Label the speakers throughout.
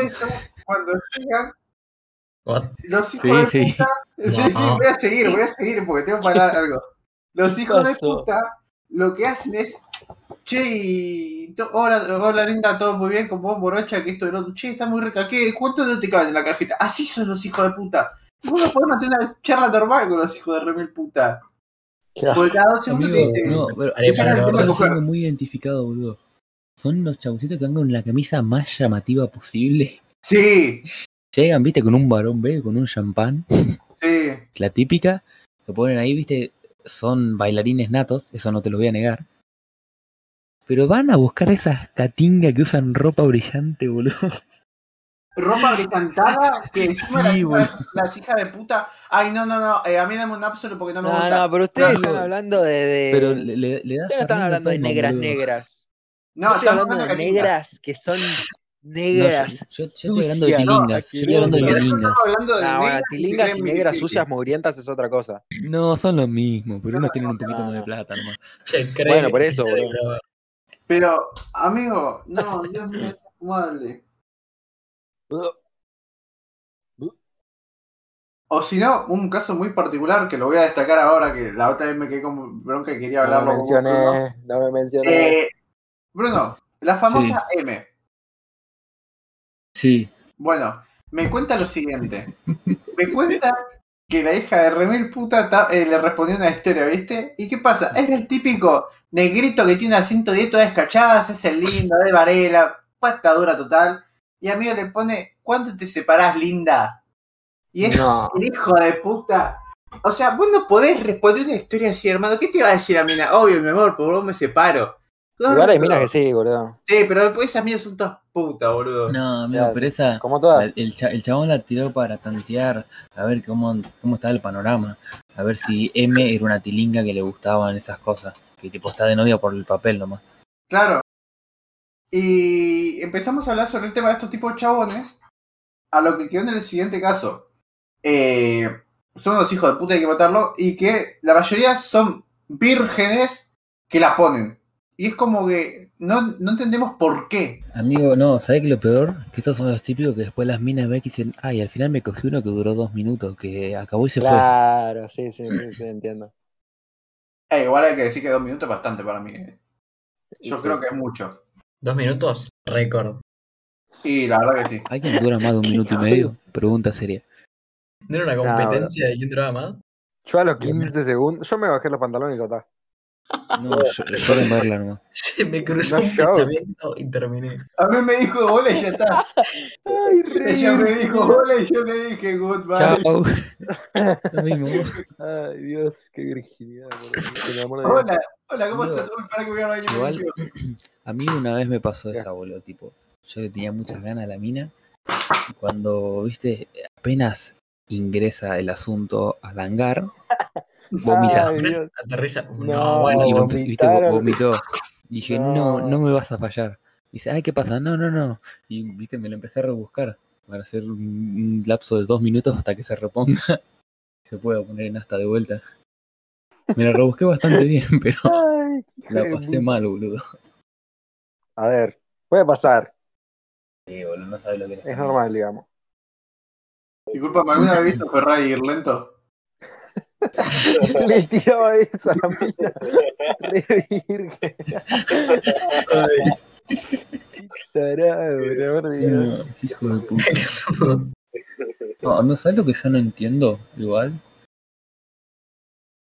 Speaker 1: eso, cuando llegan,
Speaker 2: What?
Speaker 1: los
Speaker 3: Sí,
Speaker 1: hijos de
Speaker 3: sí.
Speaker 1: puta. Sí, sí,
Speaker 2: No.
Speaker 1: voy a seguir, voy a seguir, porque tengo para algo. Los hijos de
Speaker 4: Pasó.
Speaker 1: puta lo que hacen es. Che, y to- hola, hola linda, todo muy bien, con vos, morocha, que esto y lo otro. Che, está muy rica. ¿Qué? ¿Cuántos no te caben en la cajeta? Así son los hijos de puta. Vos no podés mantener una charla normal con los hijos de remil puta. Porque cada dos segundos
Speaker 3: Amigo,
Speaker 1: te dicen.
Speaker 3: no, pero
Speaker 2: Pará,
Speaker 1: Esa
Speaker 2: pará,
Speaker 1: es la
Speaker 2: pará,
Speaker 1: última
Speaker 3: yo lo
Speaker 1: mujer.
Speaker 3: tengo muy identificado, boludo. Son los chaboncitos que van con la camisa más llamativa posible.
Speaker 1: Sí,
Speaker 3: Llegan, viste, con un varón B, con un champán,
Speaker 1: sí.
Speaker 3: la típica. Lo ponen ahí, viste, son bailarines natos, eso no te lo voy a negar. Pero van a buscar esas catingas que usan ropa brillante, boludo.
Speaker 1: ropa bricantada que encima
Speaker 3: Sí,
Speaker 1: las,
Speaker 3: boludo.
Speaker 1: hijas, las hijas de puta. Ay, no, no, no, eh, a mí dame un absoluto porque no me
Speaker 4: No,
Speaker 1: gusta.
Speaker 4: no, pero ustedes
Speaker 3: Claro.
Speaker 4: están hablando de. de-
Speaker 3: Pero le, le, le
Speaker 4: Ustedes
Speaker 3: das
Speaker 4: Eh, no están
Speaker 3: Fernando
Speaker 4: hablando de
Speaker 3: Toma,
Speaker 4: negras,
Speaker 3: boludo.
Speaker 4: negras.
Speaker 1: no,
Speaker 4: Yo estoy
Speaker 1: estamos
Speaker 4: hablando de
Speaker 1: de Kalinga.
Speaker 4: negras que son
Speaker 3: No, yo,
Speaker 4: negras.
Speaker 3: yo- yo estoy hablando de
Speaker 4: sucias.
Speaker 3: tilingas. yo estoy
Speaker 4: No,
Speaker 3: hablando de
Speaker 4: asquerosas.
Speaker 3: tilingas.
Speaker 1: Estamos hablando de
Speaker 4: Ah, bueno,
Speaker 1: negras que
Speaker 4: tilingas y
Speaker 1: creen
Speaker 4: negras
Speaker 1: militante.
Speaker 4: sucias, mugrientas es otra cosa.
Speaker 3: No, son lo mismo, pero
Speaker 1: No,
Speaker 3: unos tienen un poquito
Speaker 4: no,
Speaker 3: más de
Speaker 4: no.
Speaker 3: plata nomás.
Speaker 2: Che, cree-
Speaker 4: Bueno, por eso, boludo.
Speaker 1: Pero, amigo, no, Dios mío, es fumable. O si no, un caso muy particular que lo voy a destacar ahora, que la otra vez me quedé con bronca y quería
Speaker 4: No
Speaker 1: hablarlo
Speaker 4: me
Speaker 1: con vos, Bruno.
Speaker 4: mencioné, no me mencioné.
Speaker 1: Eh, Bruno, la famosa M.
Speaker 3: Sí.
Speaker 1: Bueno, me cuenta lo siguiente. Me cuenta que la hija de Remil puta ta- eh, le respondió una historia, ¿viste? ¿Y qué pasa? Es el típico negrito que tiene una 110 toda escachada, se hace el lindo, de varela, pasta dura total. Y amigo le pone, ¿cuándo te separás, linda? Y es
Speaker 4: No.
Speaker 1: el hijo de puta. O sea, vos no podés responder una historia así, hermano. ¿Qué te va a decir la mina? Obvio, mi amor, por vos me separo.
Speaker 4: Igual hay minas que sí, boludo.
Speaker 1: Sí, pero esas minas son todas putas, boludo.
Speaker 3: No, amigo,
Speaker 4: Claro.
Speaker 3: pero esa.
Speaker 4: Como todas.
Speaker 3: la- El, cha- el chabón la tiró para tantear, a ver cómo, cómo estaba el panorama. A ver si M era una tilinga que le gustaban esas cosas. Que tipo está de novia por el papel nomás.
Speaker 1: Claro. Y empezamos a hablar sobre el tema de estos tipos de chabones, a lo que quedó en el siguiente caso. Eh, son unos hijos de puta, hay que matarlo, y que la mayoría son vírgenes que la ponen. Y es como que no, no entendemos por qué.
Speaker 3: Amigo, no, ¿sabés que lo peor? Que estos son los típicos que después las minas ven que dicen, ay, al final me cogí uno que duró dos minutos, que acabó y se
Speaker 4: Claro, sí, sí, sí, sí, entiendo.
Speaker 1: Eh, igual hay que decir que dos minutos es bastante para mí. eh. Yo
Speaker 4: Sí.
Speaker 1: creo que es mucho.
Speaker 2: Dos minutos, récord.
Speaker 1: Y la verdad que sí.
Speaker 3: fue. ¿Alguien dura más de un minuto y medio? Pregunta seria.
Speaker 2: ¿No era una
Speaker 4: No, bro.
Speaker 2: competencia de quién duraba más?
Speaker 4: Yo a los 15 segundos, yo me bajé los pantalones y ya está.
Speaker 3: No, yo, yo en verla nomás.
Speaker 2: Se me cruzó
Speaker 4: No,
Speaker 2: un
Speaker 4: yo.
Speaker 2: pensamiento y terminé.
Speaker 1: A mí me dijo hola y ya está.
Speaker 4: Ay,
Speaker 1: Ella me dijo hola y yo le dije goodbye.
Speaker 3: Chao. Lo mismo.
Speaker 4: Ay, Dios, qué virginidad, boludo. Por el amor de Dios.
Speaker 1: Hola, hola, ¿cómo
Speaker 3: Amigo,
Speaker 1: estás? Uy, pará que voy al baño.
Speaker 3: Igual, a mí una vez me pasó
Speaker 4: Ya.
Speaker 3: esa, boludo, tipo, yo le tenía muchas ganas a la mina, y cuando, viste, apenas ingresa el asunto al hangar, vomita,
Speaker 4: Ay, Dios.
Speaker 2: Aterriza. No,
Speaker 4: Ah, No,
Speaker 2: bueno.
Speaker 3: y vom-
Speaker 4: vomitaron.
Speaker 3: viste, vo- vomitó, y dije, no.
Speaker 4: No.
Speaker 3: no, me vas a fallar, y dice, ay, ¿qué pasa? No, no, no, y, viste, me lo empecé a rebuscar, para hacer un, un lapso de dos minutos hasta que se reponga, se pueda poner en hasta de vuelta. Me lo rebusqué bastante bien, pero
Speaker 4: Ay, qué hijo
Speaker 3: la
Speaker 4: de
Speaker 3: pasé
Speaker 4: puta.
Speaker 3: mal, boludo.
Speaker 4: A ver, puede pasar,
Speaker 3: Sí, boludo, no sabes lo que era
Speaker 4: es
Speaker 3: esa
Speaker 4: normal, digamos.
Speaker 1: Disculpa, ¿alguna vez visto Ferrari ir lento?
Speaker 4: Le tiraba eso a la mina. Re virgen. Tarado, por amor de Dios.
Speaker 3: No, hijo de puta. No, ¿no sabes lo que yo no entiendo? Igual.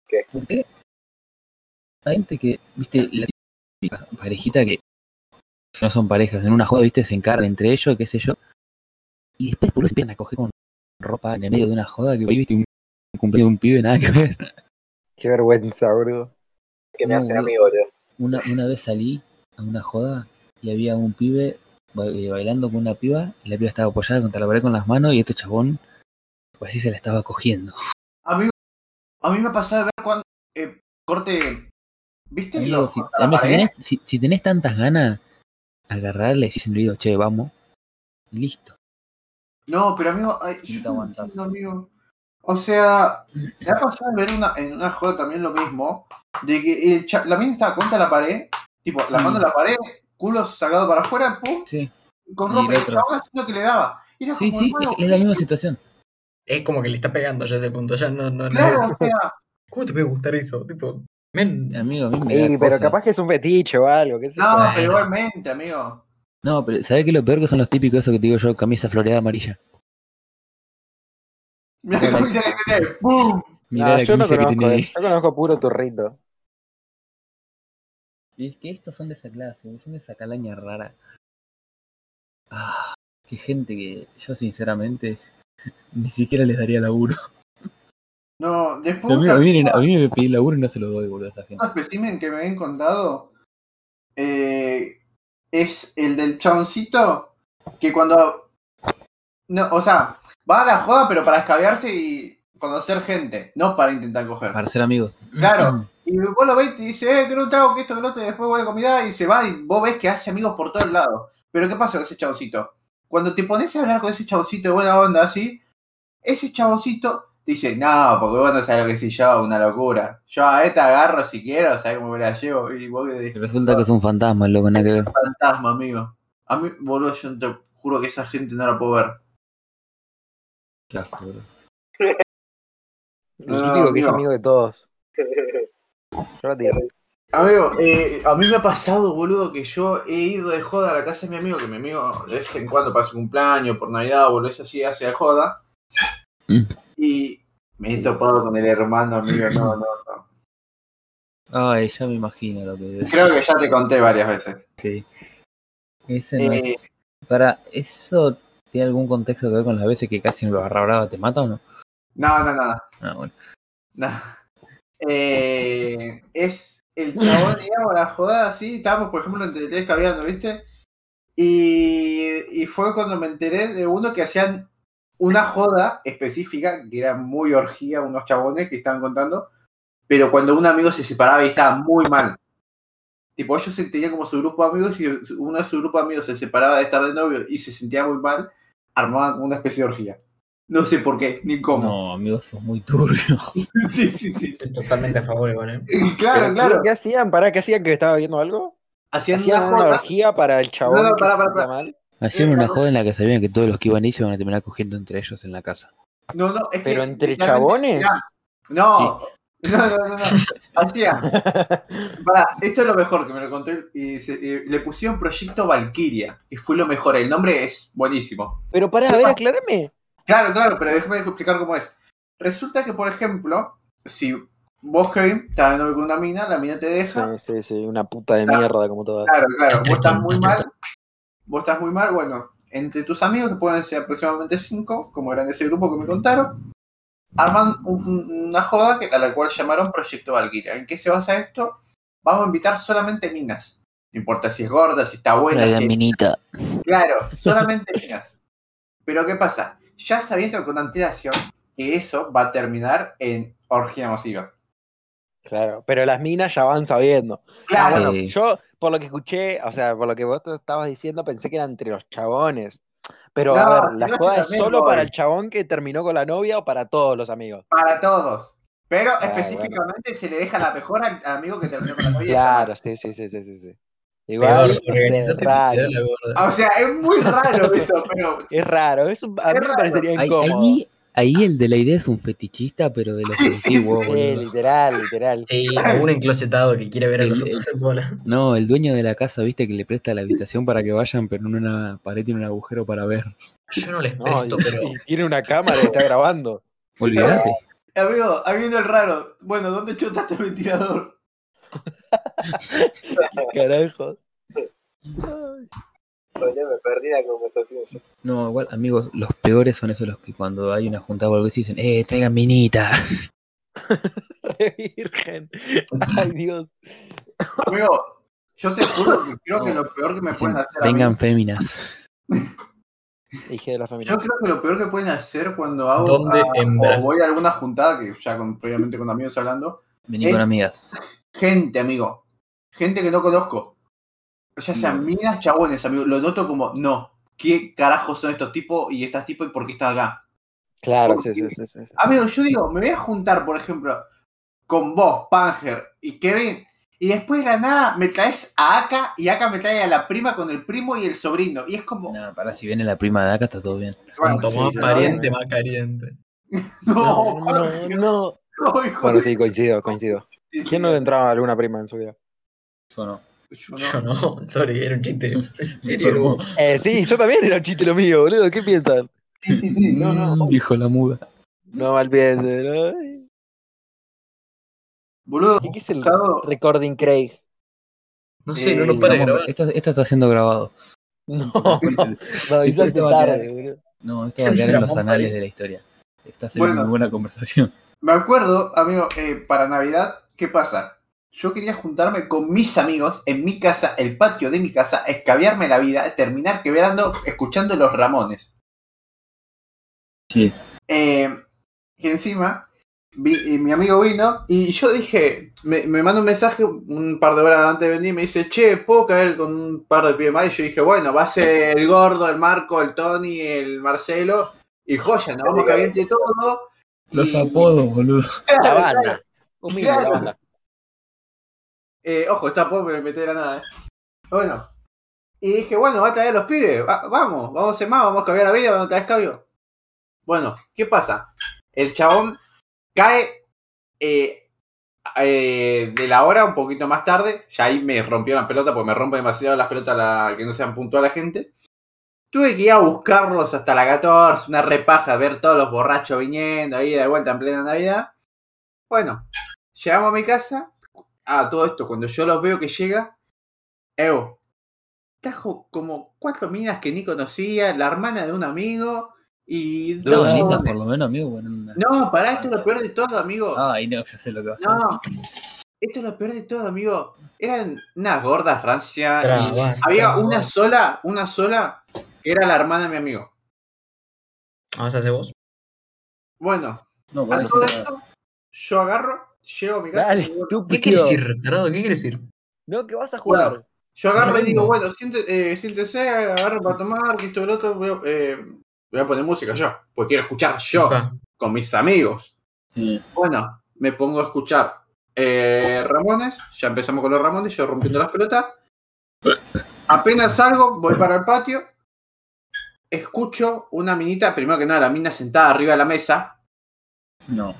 Speaker 5: ¿Qué?
Speaker 3: ¿Por qué? Hay gente que, viste, la típica parejita que no son parejas, en una joda, viste, se encargan entre ellos, qué sé yo. Y después por eso empiezan a coger con ropa en el medio de una joda que hoy viste un cumpleaños de un pibe, nada que ver.
Speaker 4: Qué vergüenza, boludo.
Speaker 5: que me
Speaker 3: No,
Speaker 5: hacen a
Speaker 3: boludo.
Speaker 5: mí, boludo.
Speaker 3: Una, una vez salí a una joda y había un pibe ba- eh, bailando con una piba y la piba estaba apoyada contra la pared con las manos y este chabón pues así se la estaba cogiendo.
Speaker 1: Amigo, a mí me ha pasado de ver cuando eh, corte. ¿Viste?
Speaker 3: Amigo,
Speaker 1: Los-
Speaker 3: si, ¿eh?
Speaker 1: la
Speaker 3: amigo, si
Speaker 1: pared?
Speaker 3: tenés, si- si tenés tantas ganas, agarrarle y decís en el oído, che, vamos, y listo.
Speaker 1: No, pero amigo, ay,
Speaker 3: Sí, te
Speaker 1: yo no
Speaker 3: aguantás.
Speaker 1: entiendo, amigo. O sea, me ha pasado de ver una, en una joda también lo mismo, de que el cha- la mina estaba contra la pared, tipo, la
Speaker 3: Sí.
Speaker 1: mano en la pared, culo sacado para afuera, pum,
Speaker 3: Sí.
Speaker 1: con
Speaker 3: Y
Speaker 1: ropa
Speaker 3: el
Speaker 1: y el
Speaker 3: otro.
Speaker 1: chabón haciendo que le daba. Era
Speaker 3: Sí,
Speaker 1: como,
Speaker 3: sí, es,
Speaker 1: hermano,
Speaker 3: es la misma situación.
Speaker 2: Es como que le está pegando ya ese punto. Ya no, no,
Speaker 1: Claro,
Speaker 2: no.
Speaker 1: o sea,
Speaker 2: ¿Cómo te puede gustar eso? Tipo, men.
Speaker 3: Amigo, a mí me da
Speaker 5: Sí, pero
Speaker 3: cosa.
Speaker 5: capaz que es un fetiche o algo, qué sé yo.
Speaker 1: no,
Speaker 2: Bueno.
Speaker 1: pero igualmente, amigo.
Speaker 3: No, pero ¿sabés qué es lo peor que son los típicos esos que te digo yo? Camisa floreada amarilla.
Speaker 1: Mirá la camisa que tenés. ¡Bum!
Speaker 3: Mirá
Speaker 5: No,
Speaker 3: la
Speaker 5: yo no
Speaker 3: camisa que
Speaker 5: conozco
Speaker 3: tiene ahí.
Speaker 5: eso, yo conozco puro turrito.
Speaker 3: Y es que estos son de esa clase, son de esa calaña rara. Ah, qué gente que yo sinceramente ni siquiera les daría laburo.
Speaker 1: No,
Speaker 3: A
Speaker 1: después
Speaker 3: mí,
Speaker 1: un
Speaker 3: a mí- a mí me pedí laburo y no se lo doy, boludo, a esa gente.
Speaker 1: Un espécimen que me habían contado eh, es el del choncito que cuando. No, o sea, va a la joda, pero para escabearse y conocer gente, no para intentar coger.
Speaker 3: Para ser amigos.
Speaker 1: Claro. Y vos lo ves y te dice, eh, quiero un trago, que esto, que lo otro, y después vuelve comida y se va y vos ves que hace amigos por todos lados. Pero ¿qué pasa con ese chaboncito? Cuando te pones a hablar con ese chaboncito de buena onda así, ese chaboncito te dice, no, porque vos no sabés lo que soy yo, una locura. Yo a esta agarro si quiero, sabés cómo me la llevo. Y vos que
Speaker 3: Y
Speaker 1: decís,
Speaker 3: Resulta que es un fantasma, loco, nada que ver.
Speaker 1: fantasma, amigo. A mí, boludo, yo te juro que esa gente no la puedo ver.
Speaker 3: Qué asco, boludo.
Speaker 5: El
Speaker 1: No,
Speaker 5: típico que es
Speaker 1: no.
Speaker 5: amigo de todos. Yo lo tiro.
Speaker 1: Amigo, eh, a mí me ha pasado, boludo, que yo he ido de joda a la casa de mi amigo, que mi amigo de vez en cuando para su cumpleaños, por Navidad, boludo, es así, hace la joda.
Speaker 3: Mm.
Speaker 1: Y me he topado con el hermano, amigo, no, no.
Speaker 3: Ay, ya me imagino lo que debe ser.
Speaker 1: Creo que ya te conté varias veces.
Speaker 3: Sí. Ese no
Speaker 1: Eh.
Speaker 3: es. Para, ¿eso tiene algún contexto que ver con las veces que casi lo agarra brava te mata o no?
Speaker 1: No, no, no, no.
Speaker 3: Ah, bueno.
Speaker 1: no. Eh, es el chabón, digamos, la joda así, estábamos, por ejemplo, entre tres caviando, ¿viste? Y, y fue cuando me enteré de uno que hacían una joda específica, que era muy orgía, unos chabones que estaban contando, pero cuando un amigo se separaba y estaba muy mal. Tipo, ellos se tenían como su grupo de amigos y uno de su grupo de amigos se separaba de estar de novio y se sentía muy mal, armaban como una especie de orgía. No sé por qué, ni cómo.
Speaker 3: No, amigo, sos muy turbio.
Speaker 1: Sí, sí, sí.
Speaker 2: Estoy totalmente a favor igual, eh.
Speaker 1: Y
Speaker 5: Pero,
Speaker 1: claro,
Speaker 5: ¿qué-
Speaker 1: claro.
Speaker 5: ¿Qué hacían? ¿Para qué hacían que estaba viendo algo?
Speaker 1: Hacían
Speaker 5: ¿Hacían
Speaker 1: una
Speaker 5: una
Speaker 1: joda.
Speaker 5: orgía para el chabón
Speaker 1: No, no,
Speaker 5: que
Speaker 1: pará,
Speaker 5: se
Speaker 1: pará,
Speaker 5: sentía
Speaker 1: pará.
Speaker 5: mal?
Speaker 3: Ayer una joda en la que sabían que todos los que iban a irse iban a terminar cogiendo entre ellos en la casa.
Speaker 1: No, no, es que
Speaker 5: ¿Pero entre
Speaker 1: literalmente-
Speaker 5: chabones?
Speaker 1: Mirá, No. No, no, no, no. Hacían. Pará, esto es lo mejor que me lo contó. él, Y se- y le pusieron Proyecto Valkyria. Y fue lo mejor. El nombre es buenísimo.
Speaker 5: Pero para, a ver, aclárame.
Speaker 1: Claro, claro, pero déjame explicar cómo es. Resulta que, por ejemplo, si vos, Kevin, estás de novio con una mina, la mina te deja.
Speaker 5: Sí, sí, sí, una puta de
Speaker 1: Claro.
Speaker 5: mierda como todas.
Speaker 1: Claro, claro. Vos estás muy
Speaker 2: Estricto.
Speaker 1: mal. Vos estás muy mal. Bueno, entre tus amigos, que pueden ser aproximadamente cinco, como eran ese grupo que me contaron, arman un- un- una joda que, a la cual llamaron Proyecto Valkyria. ¿En qué se basa esto? Vamos a invitar solamente minas. No importa si es gorda, si está buena, si es-
Speaker 3: minita.
Speaker 1: Claro, solamente minas. Pero ¿qué pasa? Ya sabiendo con antelación que eso va a terminar en orgía masiva.
Speaker 5: Claro, pero las minas ya van sabiendo. Ah,
Speaker 1: Claro,
Speaker 5: bueno,
Speaker 3: Sí.
Speaker 5: yo por lo que escuché, o sea, por lo que vos te estabas diciendo, pensé que era entre los chabones. Pero
Speaker 1: No,
Speaker 5: a ver,
Speaker 1: si
Speaker 5: la
Speaker 1: no, yo
Speaker 5: joda es
Speaker 1: también
Speaker 5: solo
Speaker 1: voy.
Speaker 5: para el chabón que terminó con la novia o para todos los amigos.
Speaker 1: para todos. Pero
Speaker 5: bueno.
Speaker 1: específicamente se le deja la mejor al al amigo que terminó con la novia.
Speaker 5: Claro, sí, sí, sí, sí, sí, sí. Igual
Speaker 2: Peor,
Speaker 5: es
Speaker 2: organizate
Speaker 5: raro.
Speaker 2: la gorda.
Speaker 1: O sea, es muy raro eso, pero
Speaker 5: Es raro, es un- a mí me
Speaker 1: raro.
Speaker 5: parecería
Speaker 3: Ahí,
Speaker 5: incómodo.
Speaker 3: ahí, ahí el de la idea es un fetichista, pero de los
Speaker 1: Sí, sí,
Speaker 3: antiguos,
Speaker 5: Sí,
Speaker 3: boludo.
Speaker 5: literal, literal.
Speaker 2: Sí, o un enclosetado que quiere ver a los
Speaker 3: Sí,
Speaker 2: otros en bola.
Speaker 3: No, el dueño de la casa, viste, que le presta la habitación para que vayan, pero en una pared tiene un agujero para ver.
Speaker 2: Yo no les
Speaker 5: No,
Speaker 2: presto,
Speaker 5: y-
Speaker 2: pero.
Speaker 5: y tiene una cámara y está grabando.
Speaker 3: Olvídate.
Speaker 1: amigo, ahí viene el raro. Bueno, ¿dónde chutaste el ventilador?
Speaker 5: Carajo.
Speaker 6: me perdí la conversación.
Speaker 3: No, igual, amigos, los peores son esos los que cuando hay una juntada o algo así dicen, eh, traigan minita.
Speaker 5: Re virgen. Ay, Dios.
Speaker 1: Amigo, yo te juro que creo que lo peor que me
Speaker 3: Dicen,
Speaker 1: pueden hacer. a mí-
Speaker 3: Vengan féminas.
Speaker 5: Dije de la familia.
Speaker 1: Yo creo que lo peor que pueden hacer cuando hago
Speaker 2: ¿Dónde
Speaker 1: a-
Speaker 2: hembras?
Speaker 1: ah, o voy a alguna juntada que ya con, previamente con amigos hablando,
Speaker 3: Vení con
Speaker 1: Es-
Speaker 3: amigas.
Speaker 1: gente, amigo, gente que no conozco. Ya sean minas, chabones, amigo, lo noto como, no, ¿qué carajos son estos tipos y estas tipos y por qué están acá?
Speaker 5: Claro, sí, sí, sí, sí, sí.
Speaker 1: Amigo, yo digo, me voy a juntar, por ejemplo, con vos, Panger y Kevin, Y después de la nada me traes a Aka y Aka me trae a la prima con el primo y el sobrino. Y es como.
Speaker 3: Nada, para si viene la prima de acá, está todo bien.
Speaker 1: Bueno,
Speaker 2: Cuanto
Speaker 1: sí,
Speaker 2: más
Speaker 1: sí,
Speaker 2: pariente, más caliente.
Speaker 1: No,
Speaker 5: No,
Speaker 1: no,
Speaker 5: no, no.
Speaker 1: no, hijo
Speaker 5: Bueno,
Speaker 1: de-
Speaker 5: sí, coincido, coincido.
Speaker 1: sí, sí,
Speaker 5: ¿Quién no le entraba alguna prima en su vida?
Speaker 3: Yo no.
Speaker 1: yo no.
Speaker 2: Yo no, sorry, era un chiste. En serio.
Speaker 3: Enfermo.
Speaker 5: Eh, sí, yo también era un chiste lo mío, boludo. ¿Qué piensan?
Speaker 1: Sí, sí, sí, no, no.
Speaker 3: Mm, Dijo la muda.
Speaker 5: No mal piensen, ¿no?
Speaker 1: Boludo,
Speaker 5: ¿Qué es el
Speaker 1: buscado-
Speaker 5: recording, Craig?
Speaker 2: No sé, no
Speaker 5: Eh,
Speaker 2: nos para de
Speaker 3: Estamos-
Speaker 2: grabar.
Speaker 3: esto, esto está siendo grabado.
Speaker 5: No, no,
Speaker 3: Esto
Speaker 5: avisaste
Speaker 3: va a quedar-
Speaker 5: tarde, boludo.
Speaker 3: No, esto va a quedar en
Speaker 2: La
Speaker 3: los
Speaker 2: bomba
Speaker 3: anales
Speaker 2: ahí.
Speaker 3: de la historia. Está siendo
Speaker 1: Bueno.
Speaker 3: muy buena conversación.
Speaker 1: me acuerdo, amigo, eh, para Navidad, ¿qué pasa? Yo quería juntarme con mis amigos en mi casa, el patio de mi casa, escabiarme la vida, terminar quebrando, escuchando los Ramones.
Speaker 3: Sí.
Speaker 1: Eh, y encima, vi- y mi amigo vino y yo dije, me, me manda un mensaje un par de horas antes de venir, me dice, che, ¿puedo caer con un par de pie más? Y yo dije, bueno, va a ser el gordo, el Marco, el Tony, el Marcelo y Joya, nos vamos a caer de todo.
Speaker 3: Los
Speaker 1: Y-
Speaker 3: apodos, boludo.
Speaker 5: La banda. Humilde la
Speaker 1: Claro.
Speaker 5: banda.
Speaker 1: Eh, ojo, está pobre me meter a nada. eh. Bueno. Y dije, bueno, va a traer a los pibes. va- vamos, vamos a hacer más, vamos a cambiar la vida, vamos a traer escabio. Bueno, ¿qué pasa? El chabón cae eh, eh, de la hora un poquito más tarde. Ya ahí me rompió la pelota porque me rompe demasiado las pelotas la, que no sean puntual la gente. Tuve que ir a buscarlos hasta la 14, una repaja, ver todos los borrachos viniendo ahí de vuelta en plena Navidad. Bueno, llegamos a mi casa Ah, todo esto, cuando yo los veo que llega, Evo, trajo como cuatro minas que ni conocía, la hermana de un amigo y...
Speaker 3: Estaban
Speaker 1: dos
Speaker 3: listas,
Speaker 1: chabones.
Speaker 3: por lo menos, amigo. Bueno, una-
Speaker 1: No, pará, esto es lo peor de todo, amigo.
Speaker 3: Ah, ahí no, ya sé lo que va a hacer.
Speaker 1: No, esto es lo peor de todo, amigo. Eran unas gordas rancias. y
Speaker 2: Trabas,
Speaker 1: Había
Speaker 2: trabas.
Speaker 1: una sola, una sola, que era la hermana de mi amigo.
Speaker 2: ¿Vas a hacer Ah, vos?
Speaker 1: Bueno,
Speaker 3: No,
Speaker 1: a
Speaker 3: bueno,
Speaker 1: todo
Speaker 3: sí,
Speaker 1: esto, yo agarro, llego a mi casa.
Speaker 5: Dale,
Speaker 1: y digo,
Speaker 5: estúpido.
Speaker 2: ¿Qué quieres decir, retardado? ¿Qué quieres decir?
Speaker 5: No, que vas a jugar.
Speaker 1: Bueno. Yo agarro y digo,
Speaker 2: Tremendo.
Speaker 1: bueno, siéntese, siéntese agarro para tomar, que esto y lo otro, voy a, eh, voy a poner música yo, porque quiero escuchar yo,
Speaker 2: Acá.
Speaker 1: con mis amigos.
Speaker 3: sí.
Speaker 1: Bueno, me pongo a escuchar eh, Ramones, ya empezamos con los Ramones, yo rompiendo las pelotas. Apenas salgo, voy para el patio, escucho una minita, primero que nada, la mina sentada arriba de la mesa.
Speaker 3: No.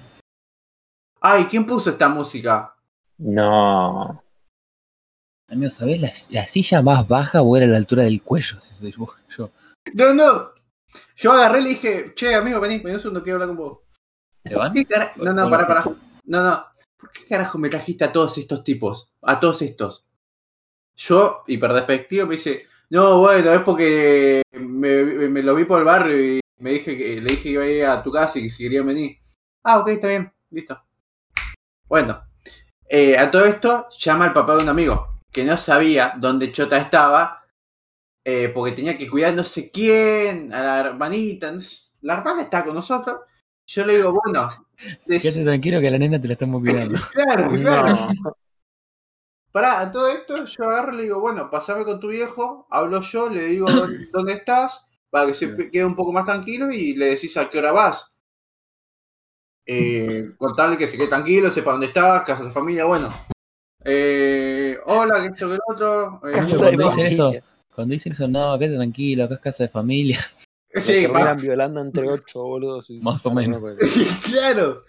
Speaker 1: Ay, ¿quién puso esta música?
Speaker 5: No.
Speaker 3: Amigo, ¿sabés? La, la silla más baja o era a la altura del cuello, si soy vos, yo.
Speaker 1: No, no. Yo agarré y le dije, che, amigo, vení, vení un segundo, quiero hablar con vos.
Speaker 3: ¿Te van?
Speaker 1: ¿Qué cara- No, no,
Speaker 3: Bueno,
Speaker 1: pará,
Speaker 3: sí.
Speaker 1: pará. No, no. ¿Por qué carajo me trajiste a todos estos tipos? A todos estos. Yo, hiperdespectivo, me dice, no, bueno, es porque me, me, me lo vi por el barrio y me dije que, le dije que iba a ir a tu casa y que si querían venir. Ah, ok, está bien, listo. Bueno, eh, a todo esto llama al papá de un amigo que no sabía dónde Chota estaba eh, porque tenía que cuidar no sé quién, a la hermanita. no sé- La hermana está con nosotros. Yo le digo, bueno, des-
Speaker 3: Quédate tranquilo que a la nena te la estamos cuidando.
Speaker 1: claro, claro.
Speaker 5: No.
Speaker 1: Pará, a todo esto yo agarro y le digo, bueno, pasame con tu viejo, hablo yo, le digo dónde dónde estás, para que se
Speaker 3: Bien.
Speaker 1: quede un poco más tranquilo y le decís a qué hora vas. Eh, con tal que se quede tranquilo, sepa dónde estás, casa de familia, bueno. Eh, hola, que esto, que lo otro. eh,
Speaker 5: Casa
Speaker 3: Cuando
Speaker 5: de
Speaker 3: dicen eso,
Speaker 5: familia.
Speaker 3: cuando dicen eso, no, quédate tranquilo, acá es casa de familia.
Speaker 1: sí,
Speaker 5: Lo terminan
Speaker 1: pa-
Speaker 5: violando entre ocho, boludo. sí.
Speaker 3: Más o menos.
Speaker 1: claro.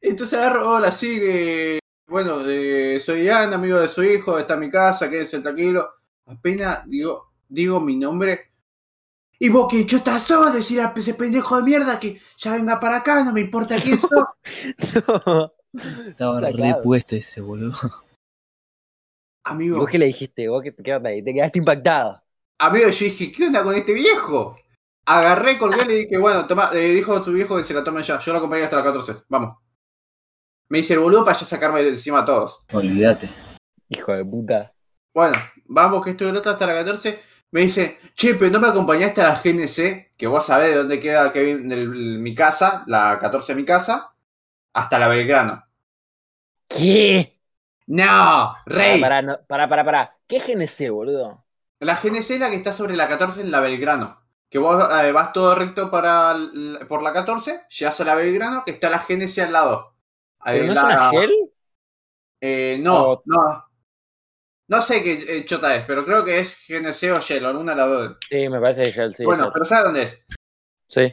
Speaker 1: Entonces agarro, hola, sí, que- bueno, eh, soy Ian, amigo de su hijo, está en mi casa, quédese tranquilo. Apenas digo, digo mi nombre. Y vos que yo sos, decir a ese pendejo de mierda que ya venga para acá, no me importa quién sos.
Speaker 5: No.
Speaker 3: Estaba
Speaker 5: Sacado.
Speaker 3: repuesto ese, boludo.
Speaker 5: ¿Y
Speaker 1: Amigo,
Speaker 5: ¿Vos qué le dijiste? ¿Vos qué, qué onda ahí? Te quedaste impactado.
Speaker 1: amigo, yo dije, ¿qué onda con este viejo? Agarré, colgué y le dije, bueno, toma, eh, dijo a tu viejo que se la tomen ya, yo lo acompañé hasta las 14, vamos. Me dice el boludo para ya sacarme de encima a todos.
Speaker 3: Olvídate.
Speaker 5: Hijo de puta.
Speaker 1: Bueno, vamos que estoy en otra hasta la 14. Me dice, che, pero no me acompañaste a la GNC, que vos sabés de dónde queda Kevin, el- el- mi casa, la 14 de mi casa, hasta la Belgrano.
Speaker 5: ¿Qué?
Speaker 1: ¡No! ¡Rey!
Speaker 5: Ah, Pará, pará, no, pará, pará, pará. ¿Qué GNC, boludo?
Speaker 1: La GNC es la que está sobre la 14 en la Belgrano. Que vos eh, vas todo recto para l- por la 14, llegas a la Belgrano, que está la GNC al lado. Ahí
Speaker 5: ¿Pero no es
Speaker 1: la-
Speaker 5: una Shell?
Speaker 1: Eh, no,
Speaker 4: Oh.
Speaker 1: no. No sé qué eh, chota es, pero creo que es GNC o Shell, alguna de las dos.
Speaker 7: Sí, me parece que Shell, sí.
Speaker 1: bueno,
Speaker 7: Shell.
Speaker 1: pero ¿sabes dónde es?
Speaker 7: Sí.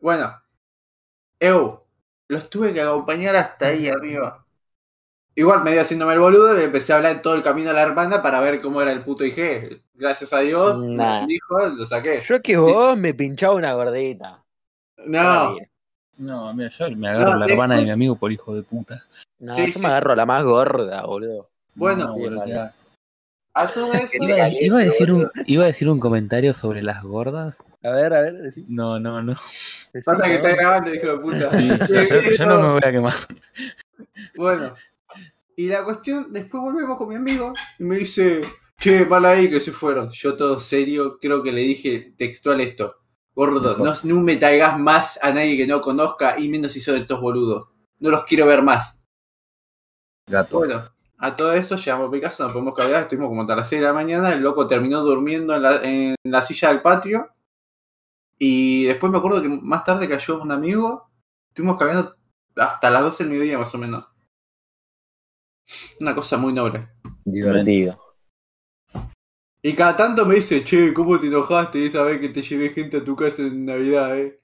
Speaker 1: Bueno. Eu, los tuve que acompañar hasta ahí arriba. Igual me dio haciéndome el boludo y le empecé a hablar todo el camino a la hermana para ver cómo era el puto IG. Gracias a Dios,
Speaker 7: Nah.
Speaker 1: me dijo, lo saqué.
Speaker 5: Yo que vos me pinchaba una gordita.
Speaker 1: No,
Speaker 3: No, mira, yo me agarro
Speaker 1: No,
Speaker 3: la
Speaker 1: te-
Speaker 3: hermana de mi amigo por hijo de puta.
Speaker 5: No,
Speaker 1: Sí,
Speaker 5: yo
Speaker 1: sí.
Speaker 5: me agarro a la más gorda, boludo.
Speaker 1: Bueno,
Speaker 3: No, boludo,
Speaker 5: vale.
Speaker 3: ya.
Speaker 1: a todo eso.
Speaker 3: iba, a- iba a decir un, iba a decir un comentario sobre las gordas.
Speaker 5: A ver, a ver, decí-
Speaker 3: No, no, no.
Speaker 5: decí,
Speaker 1: Pasa que
Speaker 5: ¿no?
Speaker 1: está grabando, hijo de puta.
Speaker 3: Sí, yo, yo- yo no me voy a quemar.
Speaker 1: Bueno, y la cuestión, después volvemos con mi amigo y me dice, che, mal ahí que se fueron. Yo todo serio, creo que le dije textual esto. Gordo, no, no me traigas más a nadie que no conozca y menos si son estos boludos. No los quiero ver más.
Speaker 3: Gato.
Speaker 1: Bueno, a todo eso llegamos a mi casa, nos podemos cargar, estuvimos como hasta las 6 de la mañana, el loco terminó durmiendo en la, en la silla del patio. Y después me acuerdo que más tarde cayó un amigo, estuvimos caminando hasta las 12 del mediodía más o menos. Una cosa muy noble.
Speaker 7: Divertido.
Speaker 1: Y cada tanto me dice, che, ¿cómo te enojaste esa vez que te llevé gente a tu casa en Navidad, eh?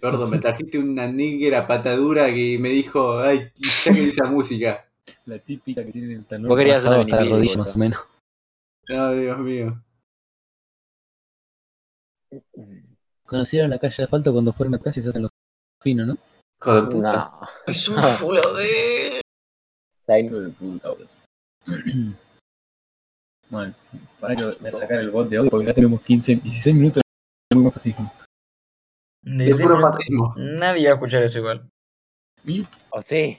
Speaker 1: Gordo, me trajiste una negra patadura que me dijo, ay, saquen esa música.
Speaker 3: La típica que tiene el talón.
Speaker 7: Vos querías
Speaker 3: bajado
Speaker 7: una
Speaker 3: hasta la
Speaker 7: vinil,
Speaker 3: rodilla
Speaker 7: boludo.
Speaker 3: más o menos.
Speaker 1: Ay, Dios mío.
Speaker 3: Conocieron la calle de asfalto cuando fueron a casa y se hacen los finos, ¿no?
Speaker 1: Hijo de puta.
Speaker 7: No.
Speaker 2: Es un fulo de.
Speaker 7: Zayn,
Speaker 3: Bueno, para que voy a sacar el bot de hoy porque ya tenemos 15, 16 minutos de muy fascismo.
Speaker 1: De puro
Speaker 2: Nadie-
Speaker 1: patismo.
Speaker 2: Nadie va a escuchar eso igual.
Speaker 7: O sí.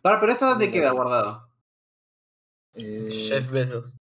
Speaker 1: Pará, pero esto dónde queda guardado.
Speaker 3: Eh,
Speaker 2: Jeff Bezos.